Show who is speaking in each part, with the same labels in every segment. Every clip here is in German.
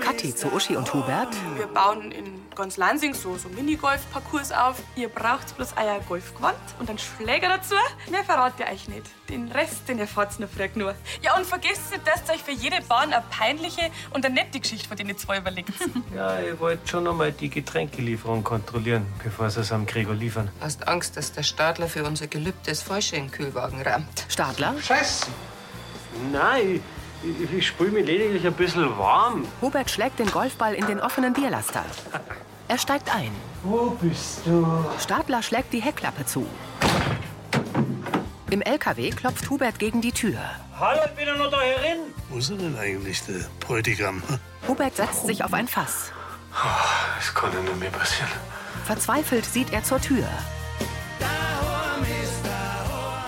Speaker 1: Party zu Uschi und Hubert?
Speaker 2: Wir bauen in ganz Lansing so, so Minigolf-Parcours auf. Ihr braucht bloß euer Golfgewand und einen Schläger dazu. Mehr verrate ich euch nicht. Den Rest, den erfahrt's noch früh nur. Ja, und vergesst nicht, dass ihr euch für jede Bahn eine peinliche und eine nette Geschichte von denen zwei überlegt.
Speaker 3: Ja, ich wollte schon noch mal die Getränkelieferung kontrollieren, bevor sie es am Gregor liefern.
Speaker 4: Hast Angst, dass der Stadler für unser geliebtes Falsch in den Kühlwagen rammt.
Speaker 1: Stadler?
Speaker 3: Scheiße! Nein, ich, ich spül mich lediglich ein bisschen warm.
Speaker 1: Hubert schlägt den Golfball in den offenen Bierlaster. Er steigt ein.
Speaker 3: Wo bist du?
Speaker 1: Stadler schlägt die Heckklappe zu. Im LKW klopft Hubert gegen die Tür.
Speaker 3: Hallo, ich bin ja noch da herin.
Speaker 5: Wo ist er denn eigentlich, der Bräutigam?
Speaker 1: Hubert setzt sich auf ein Fass.
Speaker 3: Das kann ja nur mir passieren.
Speaker 1: Verzweifelt sieht er zur Tür.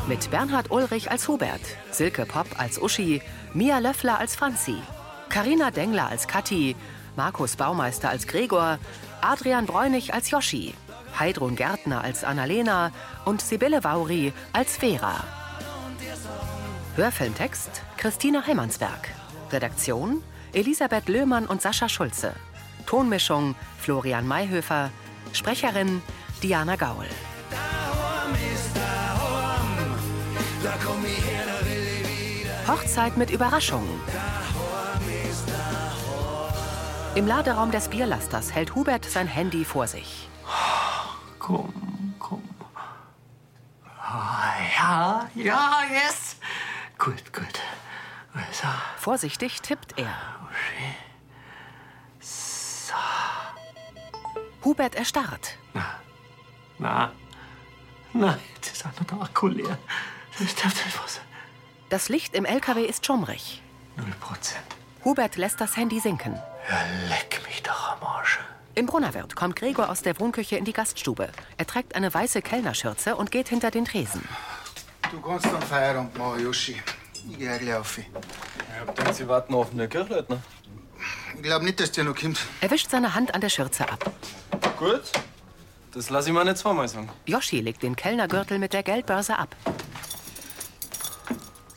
Speaker 1: Mit Bernhard Ulrich als Hubert, Silke Popp als Uschi, Mia Löffler als Franzi, Karina Dengler als Kathi, Markus Baumeister als Gregor, Adrian Bräunig als Joschi, Heidrun Gärtner als Annalena und Sibylle Vauri als Vera. Hörfilmtext Christina Hemmansberg. Redaktion Elisabeth Löhmann und Sascha Schulze. Tonmischung Florian Mayhöfer. Sprecherin Diana Gaul. Hochzeit mit Überraschung. Im Laderaum des Bierlasters hält Hubert sein Handy vor sich.
Speaker 6: Komm, komm. Ah, ja, ja, yes. Gut, gut. Also,
Speaker 1: Vorsichtig tippt er. Hubert erstarrt.
Speaker 6: na. Nein, jetzt ist auch noch der Akku leer. Das darf nicht was.
Speaker 1: Das Licht im LKW ist schummrig.
Speaker 6: Null Prozent.
Speaker 1: Hubert lässt das Handy sinken.
Speaker 6: Ja, leck mich doch am Arsch.
Speaker 1: Im Brunnerwirt kommt Gregor aus der Wohnküche in die Gaststube. Er trägt eine weiße Kellnerschürze und geht hinter den Tresen.
Speaker 7: Du kannst dann Feierabend machen, Joschi. Ich geh gleich auf. Ich
Speaker 8: Denken Sie warten auf den Kirchleitner?
Speaker 7: glaub nicht, dass der noch kommt.
Speaker 1: Er wischt seine Hand an der Schürze ab.
Speaker 8: Gut. Das lasse ich mir nicht zweimal sagen.
Speaker 1: Joschi legt den Kellnergürtel mit der Geldbörse ab.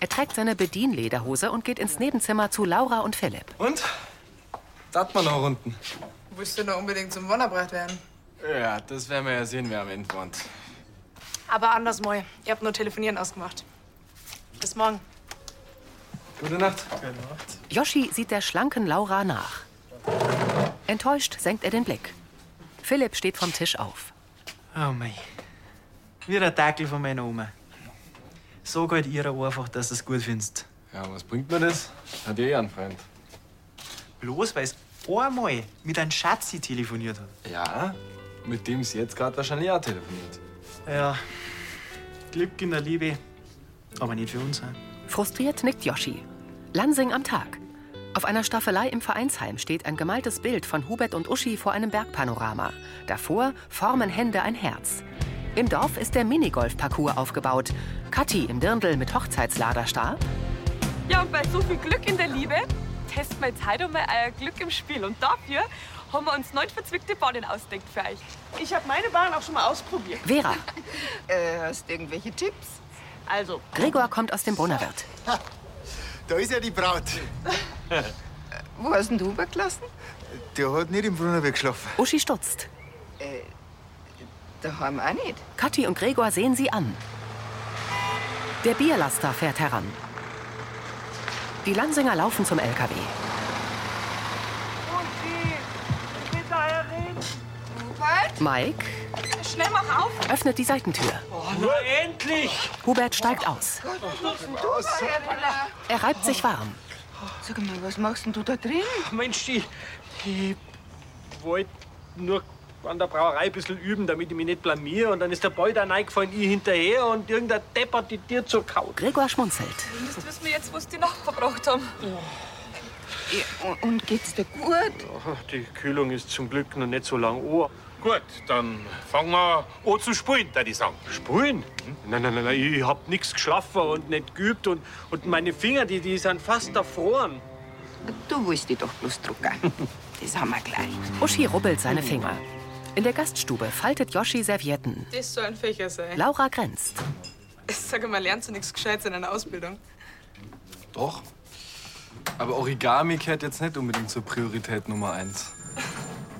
Speaker 1: Er trägt seine Bedienlederhose und geht ins Nebenzimmer zu Laura und Philipp.
Speaker 8: Und? Dat man noch unten.
Speaker 4: Willst du noch unbedingt zum Wannerbracht werden?
Speaker 8: Ja, das werden wir ja sehen, wer am Ende wohnt.
Speaker 2: Aber anders mal. Ihr habt nur Telefonieren ausgemacht. Bis morgen.
Speaker 8: Gute Nacht.
Speaker 1: Joschi sieht der schlanken Laura nach. Enttäuscht senkt er den Blick. Philipp steht vom Tisch auf.
Speaker 9: Oh mei. Wie der Dackel von meiner Oma. Sag halt ihr einfach, dass du es gut findest.
Speaker 8: Ja, was bringt mir das? Hat ja eh einen Freund.
Speaker 9: Bloß weil es einmal mit einem Schatzi telefoniert hat.
Speaker 8: Ja, mit dem sie jetzt gerade wahrscheinlich auch telefoniert.
Speaker 9: Ja. Glück in der Liebe. Aber nicht für uns. He.
Speaker 1: Frustriert nickt Joschi. Lansing am Tag. Auf einer Staffelei im Vereinsheim steht ein gemaltes Bild von Hubert und Uschi vor einem Bergpanorama. Davor formen Hände ein Herz. Im Dorf ist der Minigolf-Parcours aufgebaut. Kathi im Dirndl mit Hochzeitsladerstab.
Speaker 2: Ja, und bei so viel Glück in der Liebe testen wir jetzt heute mal euer Glück im Spiel. Und dafür haben wir uns neun verzwickte Bahnen ausgedacht für euch.
Speaker 10: Ich habe meine Bahn auch schon mal ausprobiert.
Speaker 1: Vera.
Speaker 4: Äh, hast du irgendwelche Tipps?
Speaker 10: Also,
Speaker 1: Gregor kommt aus dem Brunnerwirt.
Speaker 7: Da ist ja die Braut.
Speaker 4: Wo hast denn du übergelassen?
Speaker 7: Der hat nicht im Brunnerweg geschlafen.
Speaker 1: Uschi stutzt.
Speaker 4: Daheim auch nicht.
Speaker 1: Kathi und Gregor sehen sie an. Der Bierlaster fährt heran. Die Lansinger laufen zum LKW.
Speaker 4: Hubert?
Speaker 1: Mike
Speaker 2: Schnell mach auf!
Speaker 1: öffnet die Seitentür.
Speaker 3: Nur endlich!
Speaker 1: Hubert steigt aus. Er reibt sich warm.
Speaker 4: Sag mal, was machst denn du da drin?
Speaker 3: Mensch, ich, ich wollte nur an der Brauerei ein bisschen üben, damit ich mich nicht blamier. Und dann ist der Boy da reingefallen, ich hinterher und irgendein Depp hat die Tür zerkaut.
Speaker 1: Gregor schmunzelt.
Speaker 2: Jetzt wissen wir jetzt, wo sie die Nacht verbracht haben.
Speaker 4: Ja, und- Und geht's dir gut?
Speaker 3: Die Kühlung ist zum Glück noch nicht so lang an.
Speaker 11: Gut, dann fangen wir an zu spielen, da ich sagen.
Speaker 3: Sprühen? Nein, nein, nein, nein, ich hab nichts geschlafen und nicht geübt. Und, und meine Finger, die, die sind fast erfroren.
Speaker 4: Du willst dich doch bloß drucken. Das haben wir gleich.
Speaker 1: Uschi rubbelt seine Finger. In der Gaststube faltet Joschi Servietten.
Speaker 10: das soll ein Fächer sein.
Speaker 1: Laura grenzt.
Speaker 10: Sag mal, lernst du nichts Gescheites in einer Ausbildung?
Speaker 8: Doch.
Speaker 3: Aber Origami gehört jetzt nicht unbedingt zur Priorität Nummer eins.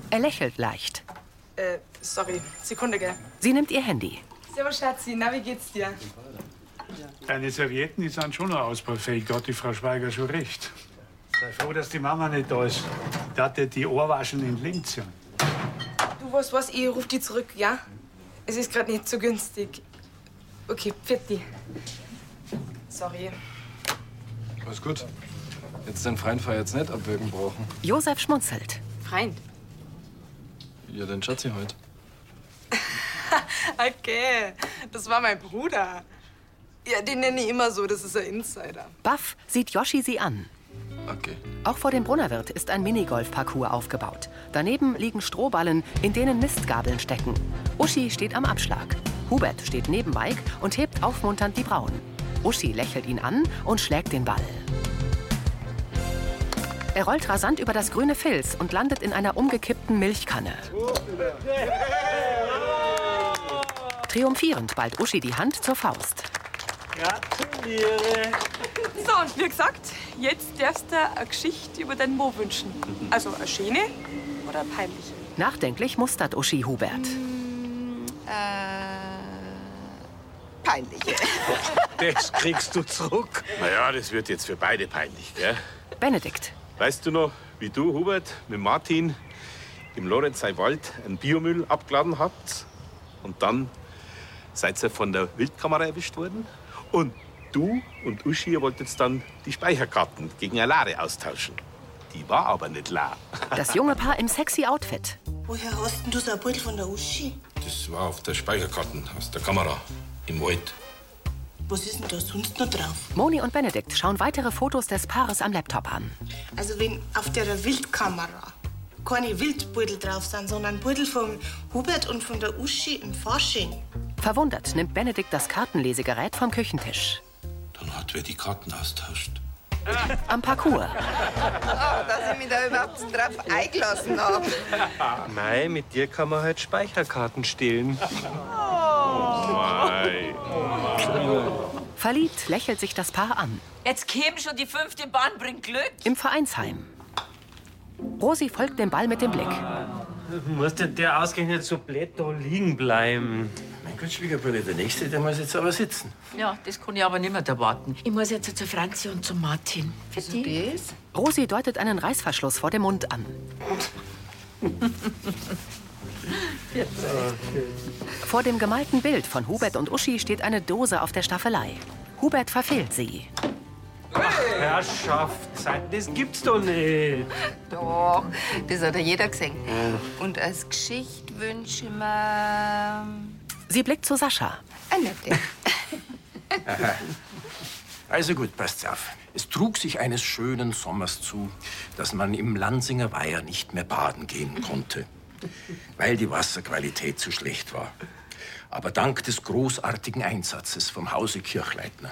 Speaker 1: Er lächelt leicht.
Speaker 10: Äh, sorry. Sekunde, gell?
Speaker 1: Sie nimmt ihr Handy.
Speaker 10: Servus, Schatzi. Na, wie geht's dir?
Speaker 5: Deine Servietten, die sind schon noch ausbaufähig. Da hat die Frau Schweiger schon recht. Sei froh, dass die Mama nicht da ist. Da hat die die Ohrwaschen in Linz. ja.
Speaker 10: Du, was, was? Ich ruf die zurück, ja? Es ist gerade nicht so günstig. Okay, pfiat die. Sorry.
Speaker 3: Alles gut. Jetzt den freien Fall jetzt nicht abwürgen brauchen.
Speaker 1: Josef schmunzelt.
Speaker 10: Freund.
Speaker 3: Ja, den halt. Schatzi heute.
Speaker 10: Okay, das war mein Bruder. Ja, den nenne ich immer so, das ist ein Insider.
Speaker 1: Buff sieht Yoshi sie an.
Speaker 3: Okay.
Speaker 1: Auch vor dem Brunnerwirt ist ein Minigolf-Parcours aufgebaut. Daneben liegen Strohballen, in denen Mistgabeln stecken. Uschi steht am Abschlag. Hubert steht neben Mike und hebt aufmunternd die Brauen. Uschi lächelt ihn an und schlägt den Ball. Er rollt rasant über das grüne Filz und landet in einer umgekippten Milchkanne. Triumphierend ballt Uschi die Hand zur Faust.
Speaker 10: Gratuliere. So, und wie gesagt, jetzt darfst du eine Geschichte über deinen Mo wünschen. Also eine schöne oder eine peinliche?
Speaker 1: Nachdenklich mustert Uschi Hubert.
Speaker 2: Äh.
Speaker 12: Peinlich.
Speaker 13: Das kriegst du zurück. Naja, das wird jetzt für beide peinlich, gell?
Speaker 1: Benedikt.
Speaker 13: Weißt du noch, wie du, Hubert, mit Martin im Lorenzei-Wald einen Biomüll abgeladen habt? Und dann seid ihr von der Wildkamera erwischt worden? Und du und Uschi, ihr wolltet dann die Speicherkarten gegen eine Lare austauschen. Die war aber nicht la.
Speaker 1: Das junge Paar im sexy Outfit.
Speaker 2: Woher hast denn du so ein Bild von der Uschi?
Speaker 13: Das war auf der Speicherkarten aus der Kamera im Wald.
Speaker 2: Was ist denn da sonst noch drauf?
Speaker 1: Moni und Benedikt schauen weitere Fotos des Paares am Laptop an.
Speaker 2: Also wenn auf der Wildkamera keine Wildbeutel drauf sind, sondern Beutel vom Hubert und von der Uschi im Fasching.
Speaker 1: Verwundert nimmt Benedikt das Kartenlesegerät vom Küchentisch.
Speaker 14: Dann hat wer die Karten austauscht.
Speaker 1: Am Parcours.
Speaker 15: Ah, dass ich mich da überhaupt drauf eingelassen habe.
Speaker 16: Mei, mit dir kann man halt Speicherkarten stehlen.
Speaker 13: Mei.
Speaker 1: Verliebt lächelt sich das Paar an.
Speaker 17: Jetzt kämen schon die fünfte Bahn, bringt Glück.
Speaker 1: Im Vereinsheim. Rosi folgt dem Ball mit dem Blick.
Speaker 18: Muss denn der ausgerechnet so blöd da liegen bleiben?
Speaker 19: Mein Gott, Schwiegerbrille, der Nächste, der muss jetzt aber sitzen.
Speaker 4: Ja, das kann ich aber nicht mehr erwarten. Ich muss jetzt zu Franzi und zu Martin. Für die? Das?
Speaker 1: Rosi deutet einen Reißverschluss vor dem Mund an. Vor dem gemalten Bild von Hubert und Uschi steht eine Dose auf der Staffelei. Hubert verfehlt sie.
Speaker 18: Herrschaft, seid- das gibt's doch nicht.
Speaker 4: Doch, das hat ja jeder gesehen. Und als Geschichte wünsche ich mir
Speaker 1: Sie blickt zu Sascha.
Speaker 4: ein nettes.
Speaker 19: Aha. Also gut, passt auf. Es trug sich eines schönen Sommers zu, dass man im Lansinger Weiher nicht mehr baden gehen konnte, weil die Wasserqualität zu schlecht war. Aber dank des großartigen Einsatzes vom Hause Kirchleitner,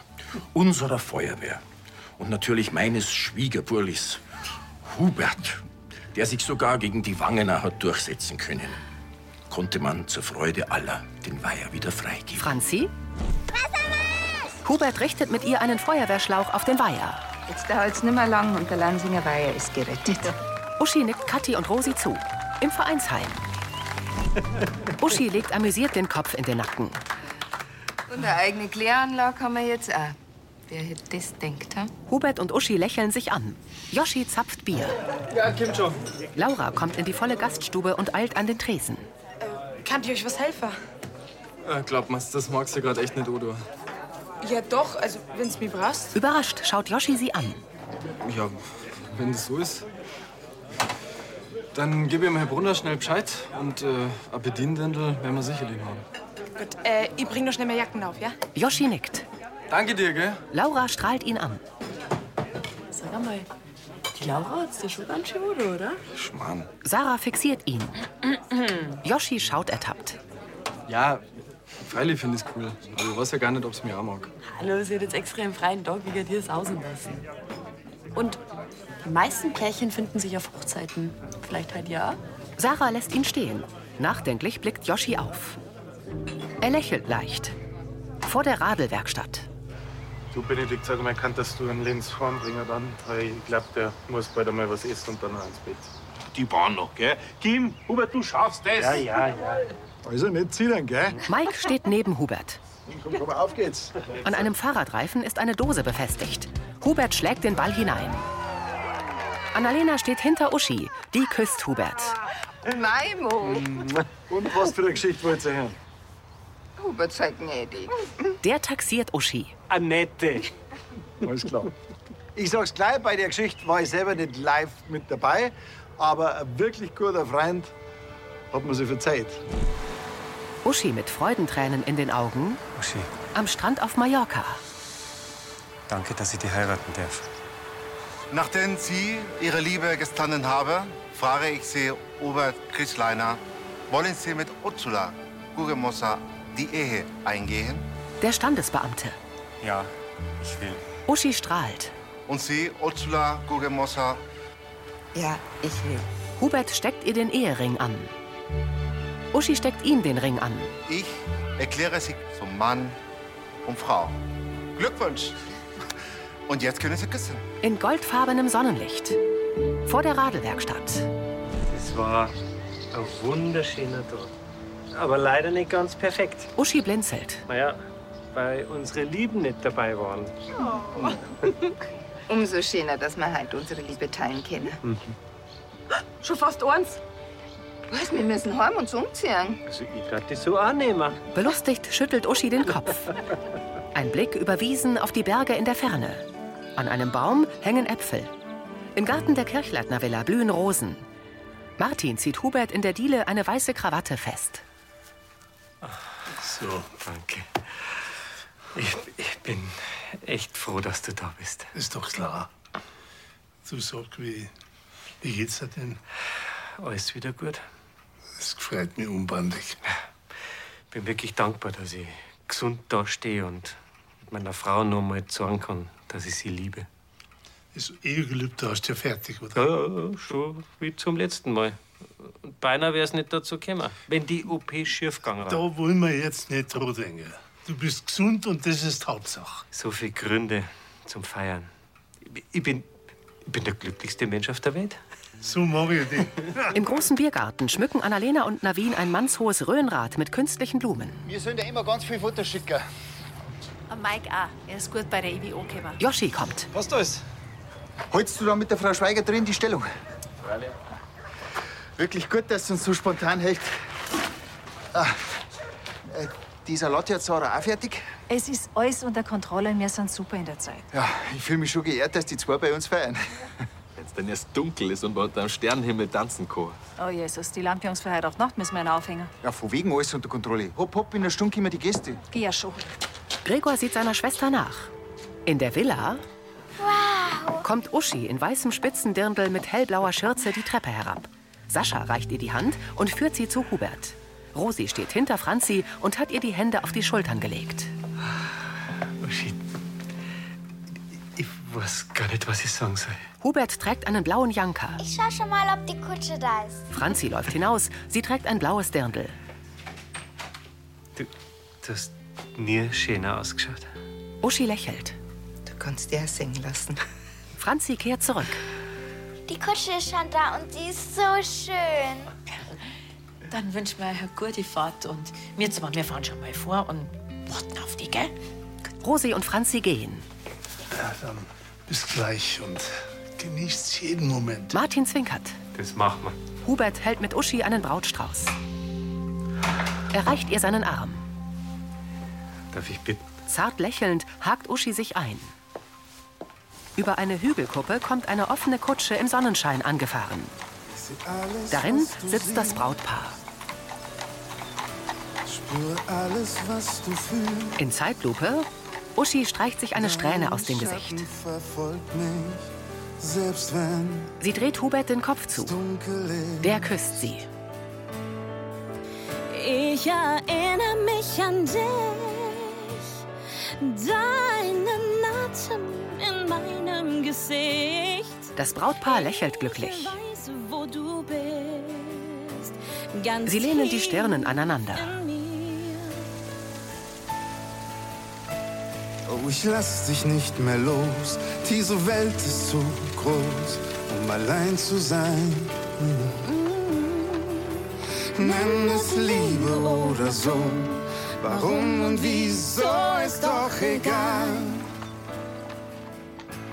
Speaker 19: unserer Feuerwehr und natürlich meines Schwiegerburlis Hubert, der sich sogar gegen die Wangener hat durchsetzen können, konnte man zur Freude aller den Weiher wieder freigeben.
Speaker 1: Franzi? Hubert richtet mit ihr einen Feuerwehrschlauch auf den Weiher.
Speaker 4: Jetzt dauert's nimmer lang und der Lansinger Weiher ist gerettet.
Speaker 1: Uschi nickt Kathi und Rosi zu. Im Vereinsheim. Uschi legt amüsiert den Kopf in den Nacken.
Speaker 4: Und eine eigene Kläranlage haben wir jetzt auch. Wer hätte das denkt, ha?
Speaker 1: Hubert und Uschi lächeln sich an. Joschi zapft Bier.
Speaker 16: Ja, kommt schon.
Speaker 1: Laura kommt in die volle Gaststube und eilt an den Tresen.
Speaker 10: Kann ich euch was helfen?
Speaker 3: Äh, glaub mal, das magst du gerade echt nicht, Odo.
Speaker 10: Ja, doch, also wenn's mir brauchst.
Speaker 1: Überrascht schaut Joschi sie an.
Speaker 3: Ja, wenn das so ist. Dann gib ihm Herr Brunner schnell Bescheid und äh, ein Bediendendel werden wir sicherlich haben.
Speaker 10: Gut, äh, ich bring noch schnell meine Jacken auf, ja?
Speaker 1: Joschi nickt.
Speaker 3: Danke dir, gell?
Speaker 1: Laura strahlt ihn an.
Speaker 20: Sag einmal, die Laura hat's dir schon ganz schön, gut, oder?
Speaker 3: Schmarrn.
Speaker 1: Sarah fixiert ihn. Joschi schaut ertappt.
Speaker 3: Ja, freilich finde ich es cool. Aber ich weiß ja gar nicht, ob es mir auch mag.
Speaker 20: Hallo, sie hat jetzt extra einen freien Tag wegen dir sausen lassen. Und die meisten Pärchen finden sich auf Hochzeiten. Vielleicht halt ja.
Speaker 1: Sarah lässt ihn stehen. Nachdenklich blickt Joschi auf. Er lächelt leicht. Vor der Radelwerkstatt.
Speaker 21: Du, Benedikt, sag mal, kannst du einen Lenz heimbringer dann? Weil ich glaub, der muss bald einmal was essen und dann noch ins Bett.
Speaker 13: Die Bahn noch, gell? Kim, Hubert, du schaffst das.
Speaker 21: Ja, ja, ja.
Speaker 1: Also nicht zittern, gell? Mike steht neben Hubert.
Speaker 21: Komm, komm, auf geht's.
Speaker 1: An einem Fahrradreifen ist eine Dose befestigt. Hubert schlägt den Ball hinein. Annalena steht hinter Uschi. Die küsst Hubert.
Speaker 15: Nein, Mo.
Speaker 21: Mm. Und was für eine Geschichte wollt ihr hören?
Speaker 15: Hubert, sei
Speaker 4: eh
Speaker 15: gnädig.
Speaker 1: Der taxiert Uschi.
Speaker 21: Annette.
Speaker 22: Alles klar. Ich sag's gleich, bei der Geschichte war ich selber nicht live mit dabei, aber ein wirklich guter Freund hat mir sie verzeiht.
Speaker 1: Uschi mit Freudentränen in den Augen.
Speaker 23: Uschi,
Speaker 1: Am Strand auf Mallorca.
Speaker 23: danke, dass ich dich heiraten darf.
Speaker 24: Nachdem Sie Ihre Liebe gestanden habe, frage ich Sie, Ober Krischleiner, wollen Sie mit Ursula Gugemoser die Ehe eingehen?
Speaker 1: Der Standesbeamte.
Speaker 23: Ja, ich will.
Speaker 1: Uschi strahlt.
Speaker 24: Und Sie, Ursula Gugemoser?
Speaker 1: Ja, ich will. Hubert steckt ihr den Ehering an. Uschi steckt ihm den Ring an.
Speaker 24: Ich erkläre Sie zum Mann und Frau. Glückwunsch! Und jetzt können Sie küssen.
Speaker 1: In goldfarbenem Sonnenlicht. Vor der Radlwerkstatt.
Speaker 3: Es war ein wunderschöner Tag. Aber leider nicht ganz perfekt.
Speaker 1: Uschi blinzelt.
Speaker 3: Naja, weil unsere Lieben nicht dabei waren.
Speaker 4: Umso schöner, dass wir halt unsere Liebe teilen können.
Speaker 21: Mhm.
Speaker 2: Schon fast eins.
Speaker 4: Was, wir müssen heim uns umziehen.
Speaker 3: Also ich werde das so annehmen.
Speaker 1: Belustigt schüttelt Uschi den Kopf. Ein Blick über Wiesen auf die Berge in der Ferne. An einem Baum hängen Äpfel. Im Garten der Kirchleitner Villa blühen Rosen. Martin zieht Hubert in der Diele eine weiße Krawatte fest.
Speaker 3: So, danke. Ich, ich bin echt froh, dass du da bist.
Speaker 5: Ist doch klar. Du sag, wie, wie geht's dir denn?
Speaker 3: Alles wieder gut.
Speaker 5: Es freut mich unbandig.
Speaker 3: bin wirklich dankbar, dass ich gesund dastehe und meiner Frau noch mal sagen kann, dass ich sie liebe.
Speaker 5: Das Ehegelübde hast du ja fertig, oder?
Speaker 3: Ja, ja, ja, schon wie zum letzten Mal. Und beinahe wäre es nicht dazu gekommen, wenn die OP schief gegangen wäre.
Speaker 5: Da wollen wir jetzt nicht dran denken. Du bist gesund und das ist die Hauptsache.
Speaker 3: So viele Gründe zum Feiern. Ich- Ich bin, ich bin der glücklichste Mensch auf der Welt.
Speaker 5: So mag ich dich.
Speaker 1: Im großen Biergarten schmücken Annalena und Navin ein mannshohes Röhrenrad mit künstlichen Blumen.
Speaker 7: Wir sollen ja immer ganz viel Futter schicken.
Speaker 25: Und Mike auch. Er ist gut bei der EWO gekommen.
Speaker 1: Joschi kommt.
Speaker 7: Was da ist? Holst du da mit der Frau Schweiger drin die Stellung?
Speaker 26: Wirklich gut, dass du uns so spontan hilft.
Speaker 7: Ah, äh, die Salate jetzt auch fertig?
Speaker 27: Es ist alles unter Kontrolle und wir sind super in der Zeit.
Speaker 7: Ja, ich fühle mich schon geehrt, dass die zwei bei uns feiern.
Speaker 22: Wenn es dann erst dunkel ist und wir unter dem Sternenhimmel tanzen können.
Speaker 27: Oh Jesus, die Lampe uns für heute auf Nacht müssen wir einen aufhängen.
Speaker 7: Ja, von wegen alles unter Kontrolle. Hopp, hopp, in einer Stunde kommen die Gäste.
Speaker 27: Geh ja schon.
Speaker 1: Gregor sieht seiner Schwester nach. In der Villa kommt Uschi in weißem Spitzendirndl mit hellblauer Schürze die Treppe herab. Sascha reicht ihr die Hand und führt sie zu Hubert. Rosi steht hinter Franzi und hat ihr die Hände auf die Schultern gelegt.
Speaker 3: Ich weiß gar nicht, was ich sagen soll.
Speaker 1: Hubert trägt einen blauen Janker.
Speaker 28: Ich schau schon mal, ob die Kutsche da ist.
Speaker 1: Franzi läuft hinaus. Sie trägt ein blaues Dirndl.
Speaker 3: Du hast nie schöner ausgeschaut.
Speaker 1: Uschi lächelt.
Speaker 4: Du kannst dir singen lassen.
Speaker 1: Franzi kehrt zurück.
Speaker 28: Die Kutsche ist schon da und sie ist so schön.
Speaker 17: Dann wünschen wir euch eine gute Fahrt und wir zwei, wir fahren schon mal vor und warten auf die, gell?
Speaker 1: Rosi und Franzi gehen.
Speaker 5: Ja, dann bis gleich und genießt jeden Moment.
Speaker 1: Martin zwinkert.
Speaker 3: Das machen wir.
Speaker 1: Hubert hält mit Uschi einen Brautstrauß. Er reicht ihr seinen Arm.
Speaker 3: Darf ich bitten?
Speaker 1: Zart lächelnd hakt Uschi sich ein. Über eine Hügelkuppe kommt eine offene Kutsche im Sonnenschein angefahren. Darin sitzt das Brautpaar.
Speaker 7: Spür alles, was du fühlst.
Speaker 1: In Zeitlupe, Uschi streicht sich eine Strähne aus dem Gesicht.
Speaker 7: Verfolgt mich, selbst wenn
Speaker 1: Sie dreht Hubert den Kopf zu. Der küsst sie.
Speaker 28: Ich erinnere mich an dich, deinen Atem in meinem Gesicht.
Speaker 1: Das Brautpaar lächelt glücklich.
Speaker 28: Weiß, wo du bist. Ganz
Speaker 1: Sie lehnen die
Speaker 28: tief
Speaker 1: Stirnen aneinander.
Speaker 28: in mir.
Speaker 7: Oh,
Speaker 29: ich lass dich nicht mehr los. Diese Welt ist zu groß, um allein zu sein. Mhm. Nenn es Liebe oder so. Warum und wieso ist doch egal.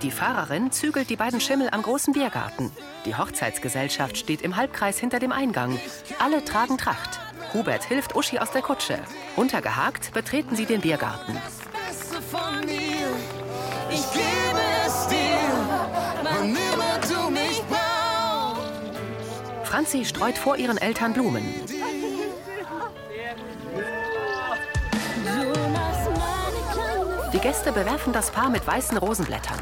Speaker 1: Die Fahrerin zügelt die beiden Schimmel am großen Biergarten. Die Hochzeitsgesellschaft steht im Halbkreis hinter dem Eingang. Alle tragen Tracht. Hubert hilft Uschi aus der Kutsche. Untergehakt betreten sie den Biergarten.
Speaker 29: Beste von mir, ich gebe es dir, wann immer du mich brauchst.
Speaker 1: Franzi streut vor ihren Eltern Blumen. Die Gäste bewerfen das Paar mit weißen Rosenblättern.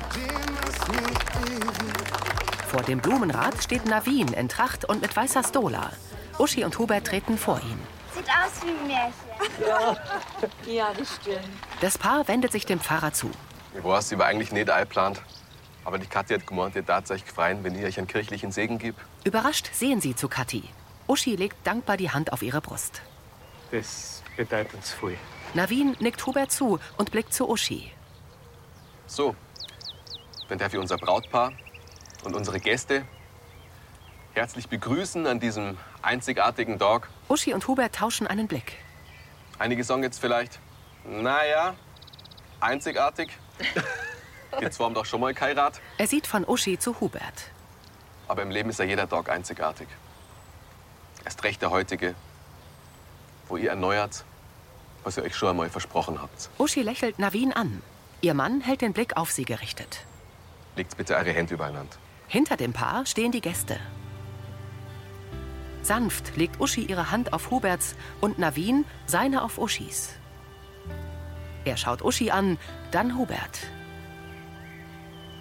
Speaker 1: Vor dem Blumenrad steht Navin in Tracht und mit weißer Stola. Uschi und Hubert treten vor ihn.
Speaker 28: Sieht aus wie ein Märchen.
Speaker 2: Ja, ja das stimmt.
Speaker 1: Das Paar wendet sich dem Pfarrer zu.
Speaker 30: Ich weiß, ich war eigentlich nicht eingeplant. Aber die Kathi hat gemeint, ihr tat euch gefallen, wenn ich euch einen kirchlichen Segen gebe.
Speaker 1: Überrascht sehen sie zu Kathi. Uschi legt dankbar die Hand auf ihre Brust.
Speaker 3: Das bedeutet uns viel.
Speaker 1: Navin nickt Hubert zu und blickt zu Uschi.
Speaker 30: So, dann darf ich unser Brautpaar und unsere Gäste herzlich begrüßen an diesem einzigartigen Tag.
Speaker 1: Uschi und Hubert tauschen einen Blick.
Speaker 30: Einige sagen jetzt vielleicht, naja, einzigartig. Jetzt waren doch schon mal kein Rat.
Speaker 1: Er sieht von Uschi zu Hubert.
Speaker 30: Aber im Leben ist ja jeder Tag einzigartig. Erst recht der heutige, wo ihr erneuert, was ihr euch schon einmal versprochen habt.
Speaker 1: Uschi lächelt Navin an. Ihr Mann hält den Blick auf sie gerichtet.
Speaker 30: Legt bitte eure Hände übereinander.
Speaker 1: Hinter dem Paar stehen die Gäste. Sanft legt Uschi ihre Hand auf Huberts und Navin seine auf Uschis. Er schaut Uschi an, dann Hubert.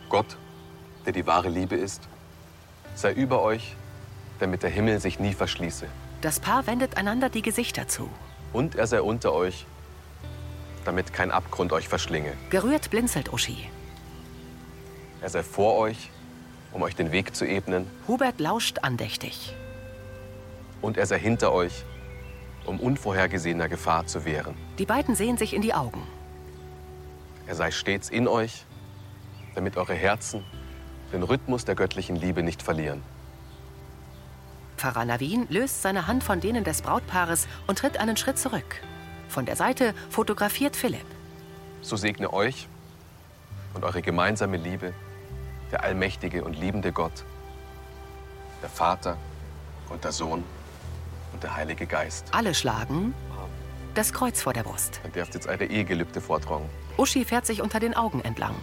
Speaker 30: Gott, der die wahre Liebe ist, sei über euch, damit der Himmel sich nie verschließe.
Speaker 1: Das Paar wendet einander die Gesichter zu.
Speaker 30: Und er sei unter euch, damit kein Abgrund euch verschlinge.
Speaker 1: Gerührt blinzelt Uschi.
Speaker 30: Er sei vor euch, um euch den Weg zu ebnen.
Speaker 1: Hubert lauscht andächtig.
Speaker 30: Und er sei hinter euch, um unvorhergesehener Gefahr zu wehren.
Speaker 1: Die beiden sehen sich in die Augen.
Speaker 30: Er sei stets in euch, damit eure Herzen den Rhythmus der göttlichen Liebe nicht verlieren.
Speaker 1: Pfarrer Navin löst seine Hand von denen des Brautpaares und tritt einen Schritt zurück. Von der Seite fotografiert Philipp.
Speaker 30: So segne euch und eure gemeinsame Liebe der allmächtige und liebende Gott, der Vater und der Sohn und der Heilige Geist.
Speaker 1: Alle schlagen das Kreuz vor der Brust.
Speaker 30: Dann dürft jetzt eure Ehegelübde vortragen.
Speaker 1: Uschi fährt sich unter den Augen entlang.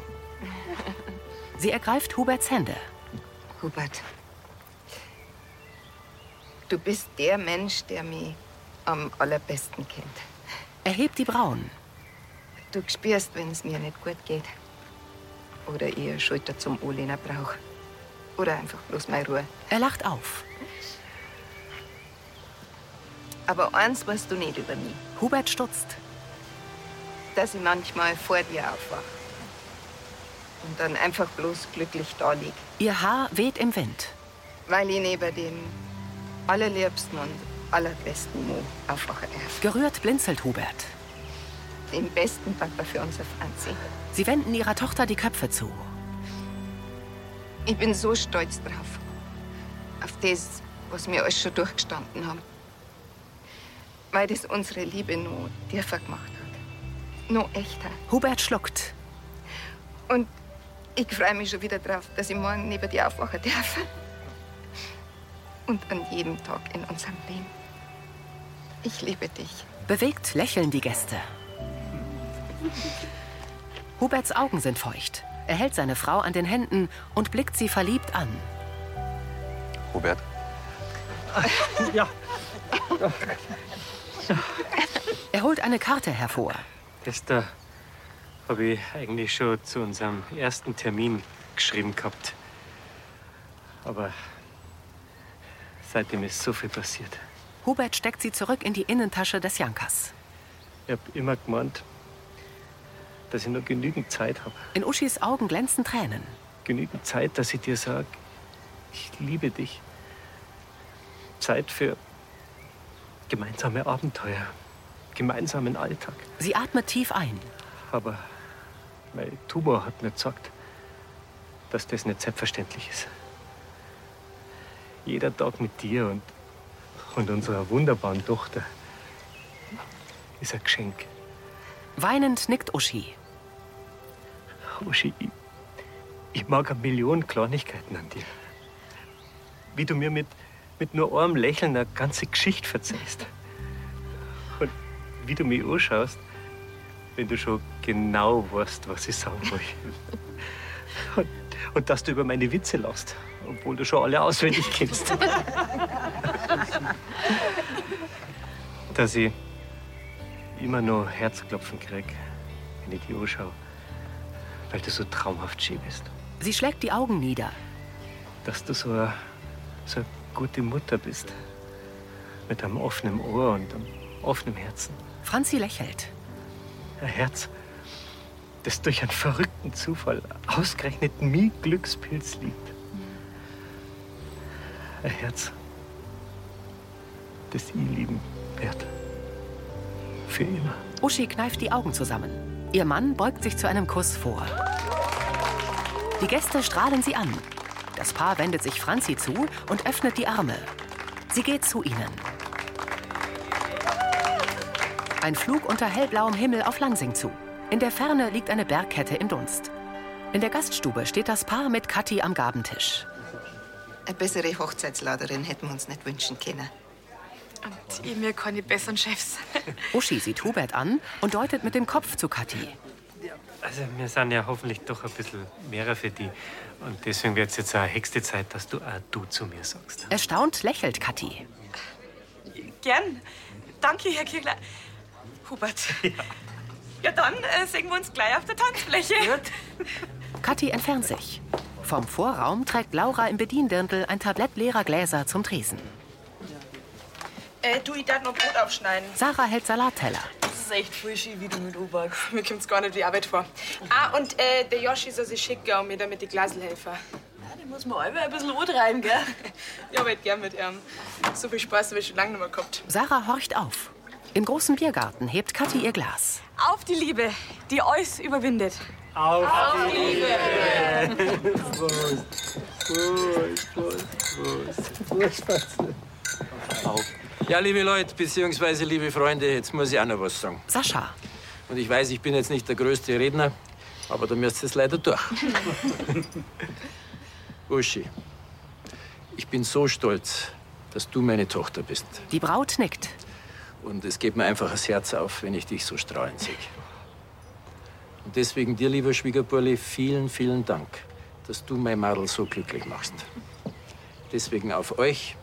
Speaker 1: Sie ergreift Huberts Hände.
Speaker 4: Hubert, du bist der Mensch, der mich am allerbesten kennt.
Speaker 1: Er hebt die Brauen.
Speaker 4: Du spürst, wenn es mir nicht gut geht. Oder ihr Schulter zum Olena brauch. Oder einfach bloß mal Ruhe.
Speaker 1: Er lacht auf.
Speaker 4: Aber eins weißt du nicht über mich.
Speaker 1: Hubert stutzt.
Speaker 4: Dass ich manchmal vor dir aufwach. Und dann einfach bloß glücklich da lieg.
Speaker 1: Ihr Haar weht im Wind.
Speaker 4: Weil ich neben dem allerliebsten und allerbesten Mo aufwachen darf.
Speaker 1: Gerührt blinzelt Hubert.
Speaker 4: Den besten Papa für unsere Franzi.
Speaker 1: Sie wenden ihrer Tochter die Köpfe zu.
Speaker 4: Ich bin so stolz drauf. Auf das, was wir euch schon durchgestanden haben. Weil das unsere Liebe nur tiefer gemacht hat. Nur echter.
Speaker 1: Hubert schluckt.
Speaker 4: Und ich freue mich schon wieder drauf, dass ich morgen neben dir aufwachen darf. Und an jedem Tag in unserem Leben. Ich liebe dich.
Speaker 1: Bewegt lächeln die Gäste. Huberts Augen sind feucht. Er hält seine Frau an den Händen und blickt sie verliebt an.
Speaker 30: Hubert,
Speaker 31: Ja.
Speaker 1: Er holt eine Karte hervor.
Speaker 3: Das da habe ich eigentlich schon zu unserem ersten Termin geschrieben gehabt. Aber seitdem ist so viel passiert.
Speaker 1: Hubert steckt sie zurück in die Innentasche des Jankers.
Speaker 3: Ich habe immer gemeint, dass ich noch genügend Zeit habe.
Speaker 1: In Uschis Augen glänzen Tränen.
Speaker 3: Genügend Zeit, dass ich dir sage, ich liebe dich. Zeit für gemeinsame Abenteuer, gemeinsamen Alltag.
Speaker 1: Sie atmet tief ein.
Speaker 3: Aber Meine Tumor hat mir gesagt, dass das nicht selbstverständlich ist. Jeder Tag mit dir und, und unserer wunderbaren Tochter ist ein Geschenk.
Speaker 1: Weinend nickt Uschi.
Speaker 3: Uschi, ich, ich mag eine Million Kleinigkeiten an dir. Wie du mir mit, mit nur einem Lächeln eine ganze Geschichte verzeihst. Und wie du mich anschaust, wenn du schon genau weißt, was ich sagen will. Und, und dass du über meine Witze lachst, obwohl du schon alle auswendig kennst. dass ich immer nur Herzklopfen krieg, wenn ich die anschaue, weil du so traumhaft schön bist.
Speaker 1: Sie schlägt die Augen nieder.
Speaker 3: Dass du so eine, so eine gute Mutter bist. Mit einem offenen Ohr und einem offenen Herzen.
Speaker 1: Franzi lächelt.
Speaker 3: Ein Herz, das durch einen verrückten Zufall ausgerechnet mir Glückspilz liebt. Ein Herz, das ich lieben werde. Für immer.
Speaker 1: Uschi kneift die Augen zusammen. Ihr Mann beugt sich zu einem Kuss vor. Die Gäste strahlen sie an. Das Paar wendet sich Franzi zu und öffnet die Arme. Sie geht zu ihnen. Ein Flug unter hellblauem Himmel auf Langsing zu. In der Ferne liegt eine Bergkette im Dunst. In der Gaststube steht das Paar mit Kathi am Gabentisch.
Speaker 4: Eine bessere Hochzeitsladerin hätten wir uns nicht wünschen können.
Speaker 2: Und ich mir keine besseren Chefs.
Speaker 1: Uschi sieht Hubert an und deutet mit dem Kopf zu Kathi.
Speaker 3: Also, wir sind ja hoffentlich doch ein bisschen mehrer für die. Und deswegen wird es jetzt auch höchste Zeit, dass du auch du zu mir sagst.
Speaker 1: Erstaunt lächelt Kathi.
Speaker 2: Gern. Danke, Herr Kirchler. Hubert. Ja, dann äh, sehen wir uns gleich auf der Tanzfläche.
Speaker 1: Kathi entfernt sich. Vom Vorraum trägt Laura im Bediendirndl ein Tablett leerer Gläser zum Tresen.
Speaker 10: Äh, du, ich darf noch Brot aufschneiden.
Speaker 1: Sarah hält Salatteller.
Speaker 10: Das ist echt frischi, wie du mit anpackst.
Speaker 2: Mir kommt's gar nicht die Arbeit vor. Ah, und äh, der Yoshi soll sich schick gehen, mir damit die Glasel helfen.
Speaker 10: Ja, den muss man immer ein bisschen antreiben, gell?
Speaker 2: Ich arbeite gern mit ihm. So viel Spaß habe ich schon lange nicht mehr gehabt.
Speaker 1: Sarah horcht auf. Im großen Biergarten hebt Kathi ihr Glas.
Speaker 2: Auf die Liebe, die euch überwindet.
Speaker 29: Auf,
Speaker 2: Auf die Liebe.
Speaker 29: Prost. Prost, Prost, Prost.
Speaker 32: Ja, liebe Leute, beziehungsweise liebe Freunde, jetzt muss ich auch noch was sagen.
Speaker 1: Sascha.
Speaker 32: Und ich weiß, ich bin jetzt nicht der größte Redner, aber da müsst ihr es leider durch. Uschi, ich bin so stolz, dass du meine Tochter bist.
Speaker 1: Die Braut nickt.
Speaker 32: Und es geht mir einfach das Herz auf, wenn ich dich so strahlen sehe. Und deswegen dir, lieber Schwiegerburli, vielen, vielen Dank, dass du mein Madel so glücklich machst. Deswegen auf euch,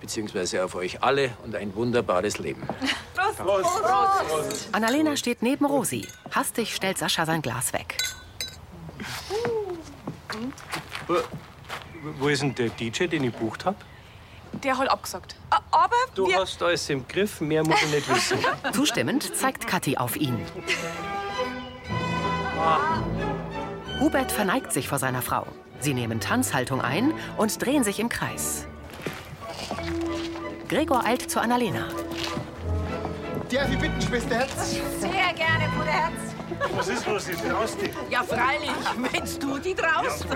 Speaker 32: beziehungsweise auf euch alle und ein wunderbares Leben.
Speaker 2: Prost.
Speaker 32: Prost.
Speaker 2: Prost.
Speaker 1: Annalena steht neben Rosi. Hastig stellt Sascha sein Glas weg.
Speaker 3: Wo, wo ist denn der DJ, den ich bucht habe?
Speaker 2: Der hat abgesagt. A- Aber
Speaker 3: Du
Speaker 2: wir...
Speaker 3: hast alles im Griff, mehr muss ich nicht wissen.
Speaker 1: Zustimmend zeigt Kathi auf ihn. Hubert verneigt sich vor seiner Frau. Sie nehmen Tanzhaltung ein und drehen sich im Kreis. Gregor eilt zu Annalena.
Speaker 26: Darf ich bitten, Schwester Herz?
Speaker 15: Sehr gerne, Bruder Herz.
Speaker 26: Was ist los? Ich traust dich.
Speaker 33: Ja, freilich, wenn du die traust.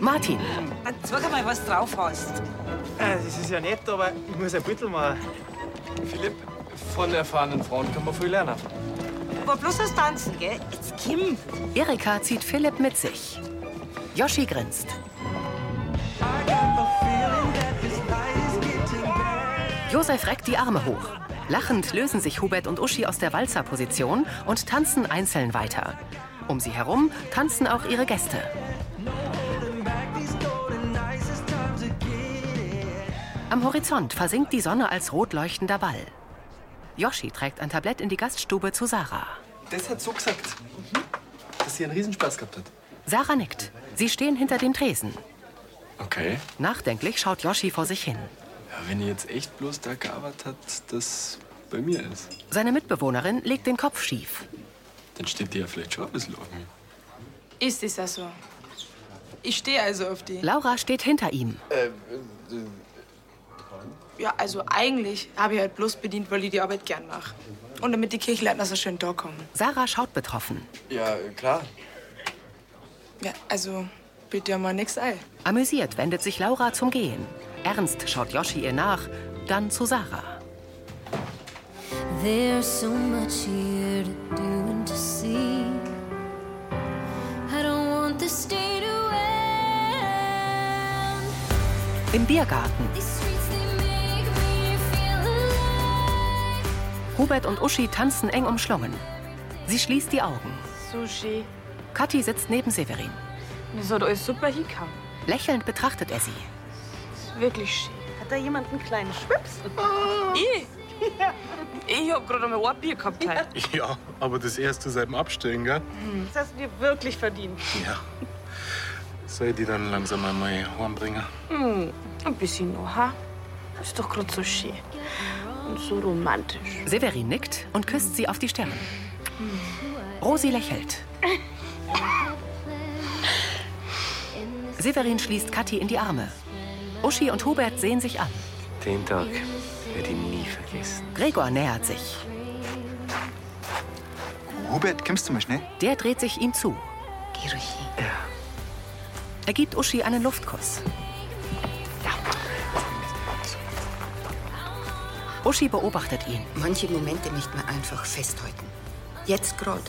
Speaker 1: Martin.
Speaker 33: Dann sag mal, was drauf hast.
Speaker 34: Äh, Das ist ja nett, aber ich muss ein bisschen mal.
Speaker 32: Philipp, von erfahrenen Frauen kann man viel lernen.
Speaker 33: Aber bloß das Tanzen, gell? Jetzt Kim.
Speaker 1: Erika zieht Philipp mit sich. Yoshi grinst. Josef reckt die Arme hoch. Lachend lösen sich Hubert und Uschi aus der Walzerposition und tanzen einzeln weiter. Um sie herum tanzen auch ihre Gäste. Am Horizont versinkt die Sonne als rot leuchtender Ball. Yoshi trägt ein Tablett in die Gaststube zu Sarah.
Speaker 26: Das hat so gesagt, dass sie einen Riesenspaß gehabt hat.
Speaker 1: Sarah nickt. Sie stehen hinter dem Tresen.
Speaker 30: Okay.
Speaker 1: Nachdenklich schaut Yoshi vor sich hin.
Speaker 30: Ja, wenn ihr jetzt echt bloß da gearbeitet habt, das bei mir ist,
Speaker 1: Seine Mitbewohnerin legt den Kopf schief.
Speaker 30: dann steht die ja vielleicht schon ein bisschen auf mir.
Speaker 2: Ist es ja so. Ich stehe also auf die.
Speaker 1: Laura steht hinter ihm.
Speaker 2: Ja, also eigentlich habe ich halt bloß bedient, weil ich die Arbeit gern mache. Und damit die Kirchleitner so schön da kommen.
Speaker 1: Sarah schaut betroffen.
Speaker 30: Ja, klar.
Speaker 2: Ja, also bild dir mal nix ein.
Speaker 1: Amüsiert wendet sich Laura zum Gehen. Ernst schaut Yoshi ihr nach, dann zu Sarah.
Speaker 29: There's so much here to do and to see. I don't want this day to end.
Speaker 1: Im Biergarten.
Speaker 29: These streets, they make me feel alive.
Speaker 1: Hubert und Uschi tanzen eng umschlungen. Sie schließt die Augen.
Speaker 2: So schön.
Speaker 1: Kathi sitzt neben Severin.
Speaker 2: Das hat alles super hingekommen.
Speaker 1: Lächelnd betrachtet er sie.
Speaker 2: Ist wirklich schön.
Speaker 35: Hat da jemand einen kleinen Schwips?
Speaker 2: Ich? Ich hab gerade mal ein Bier gehabt. heute.
Speaker 3: Ja, aber das erste seit dem Abstellen, gell?
Speaker 35: Mhm, Das hast du dir wirklich verdient.
Speaker 3: Ja. Soll ich die dann langsam einmal heimbringen?
Speaker 2: Hm, ein bisschen noch, ha? Ist doch gerade so schön. Und so romantisch.
Speaker 1: Severin nickt und küsst sie auf die Stirn. Rosi lächelt. Severin schließt Kathi in die Arme. Uschi und Hubert sehen sich an.
Speaker 36: Den Tag werde ich nie vergessen.
Speaker 1: Gregor nähert sich.
Speaker 37: Hubert, kommst du mal schnell?
Speaker 1: Der dreht sich ihm zu.
Speaker 37: Geh ruhig
Speaker 1: Er gibt Uschi einen Luftkuss. Uschi beobachtet ihn.
Speaker 4: Manche Momente nicht mehr einfach festhalten. Jetzt gerade.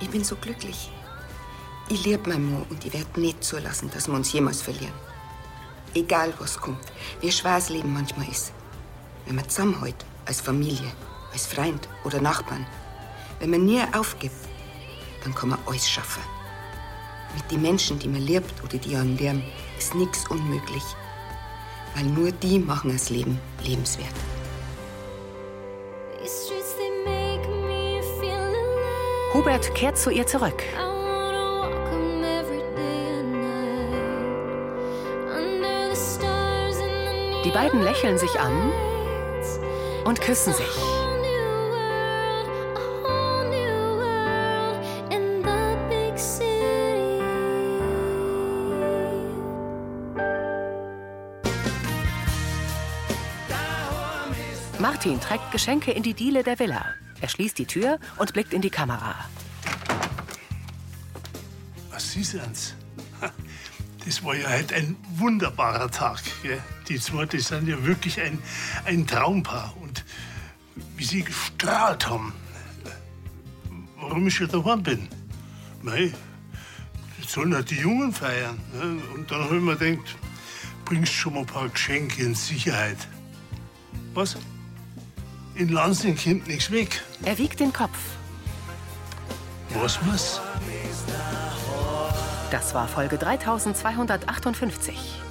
Speaker 4: Ich bin so glücklich. Ich liebe meinen Mann und ich werde nicht zulassen, dass wir uns jemals verlieren. Egal was kommt, wie schwer das Leben manchmal ist. Wenn man zusammenhält, als Familie, als Freund oder Nachbarn, wenn man nie aufgibt, dann kann man alles schaffen. Mit den Menschen, die man liebt oder die einen lieben, ist nichts unmöglich. Weil nur die machen das Leben lebenswert.
Speaker 29: These streets, they make me feel alive.
Speaker 1: Hubert kehrt zu ihr zurück.
Speaker 29: I wanna walk 'em every day and night. Under the stars and the
Speaker 1: Die beiden lächeln sich an und küssen sich.
Speaker 29: whole new world in the big city.
Speaker 1: Martin trägt Geschenke in die Diele der Villa. Er schließt die Tür und blickt in die Kamera.
Speaker 5: Was ist ans? Das war ja halt ein wunderbarer Tag. Gell? Die zwei, die sind ja wirklich ein, ein Traumpaar. Und wie sie gestrahlt haben. Warum ich ja daheim bin? Mei, das sollen halt die Jungen feiern. Ne? Und dann hab ich mir gedacht, bringst schon mal ein paar Geschenke in Sicherheit. Was? In Lansing kommt nichts weg.
Speaker 1: Er wiegt den Kopf.
Speaker 5: Was muss?
Speaker 1: Das war Folge 3258.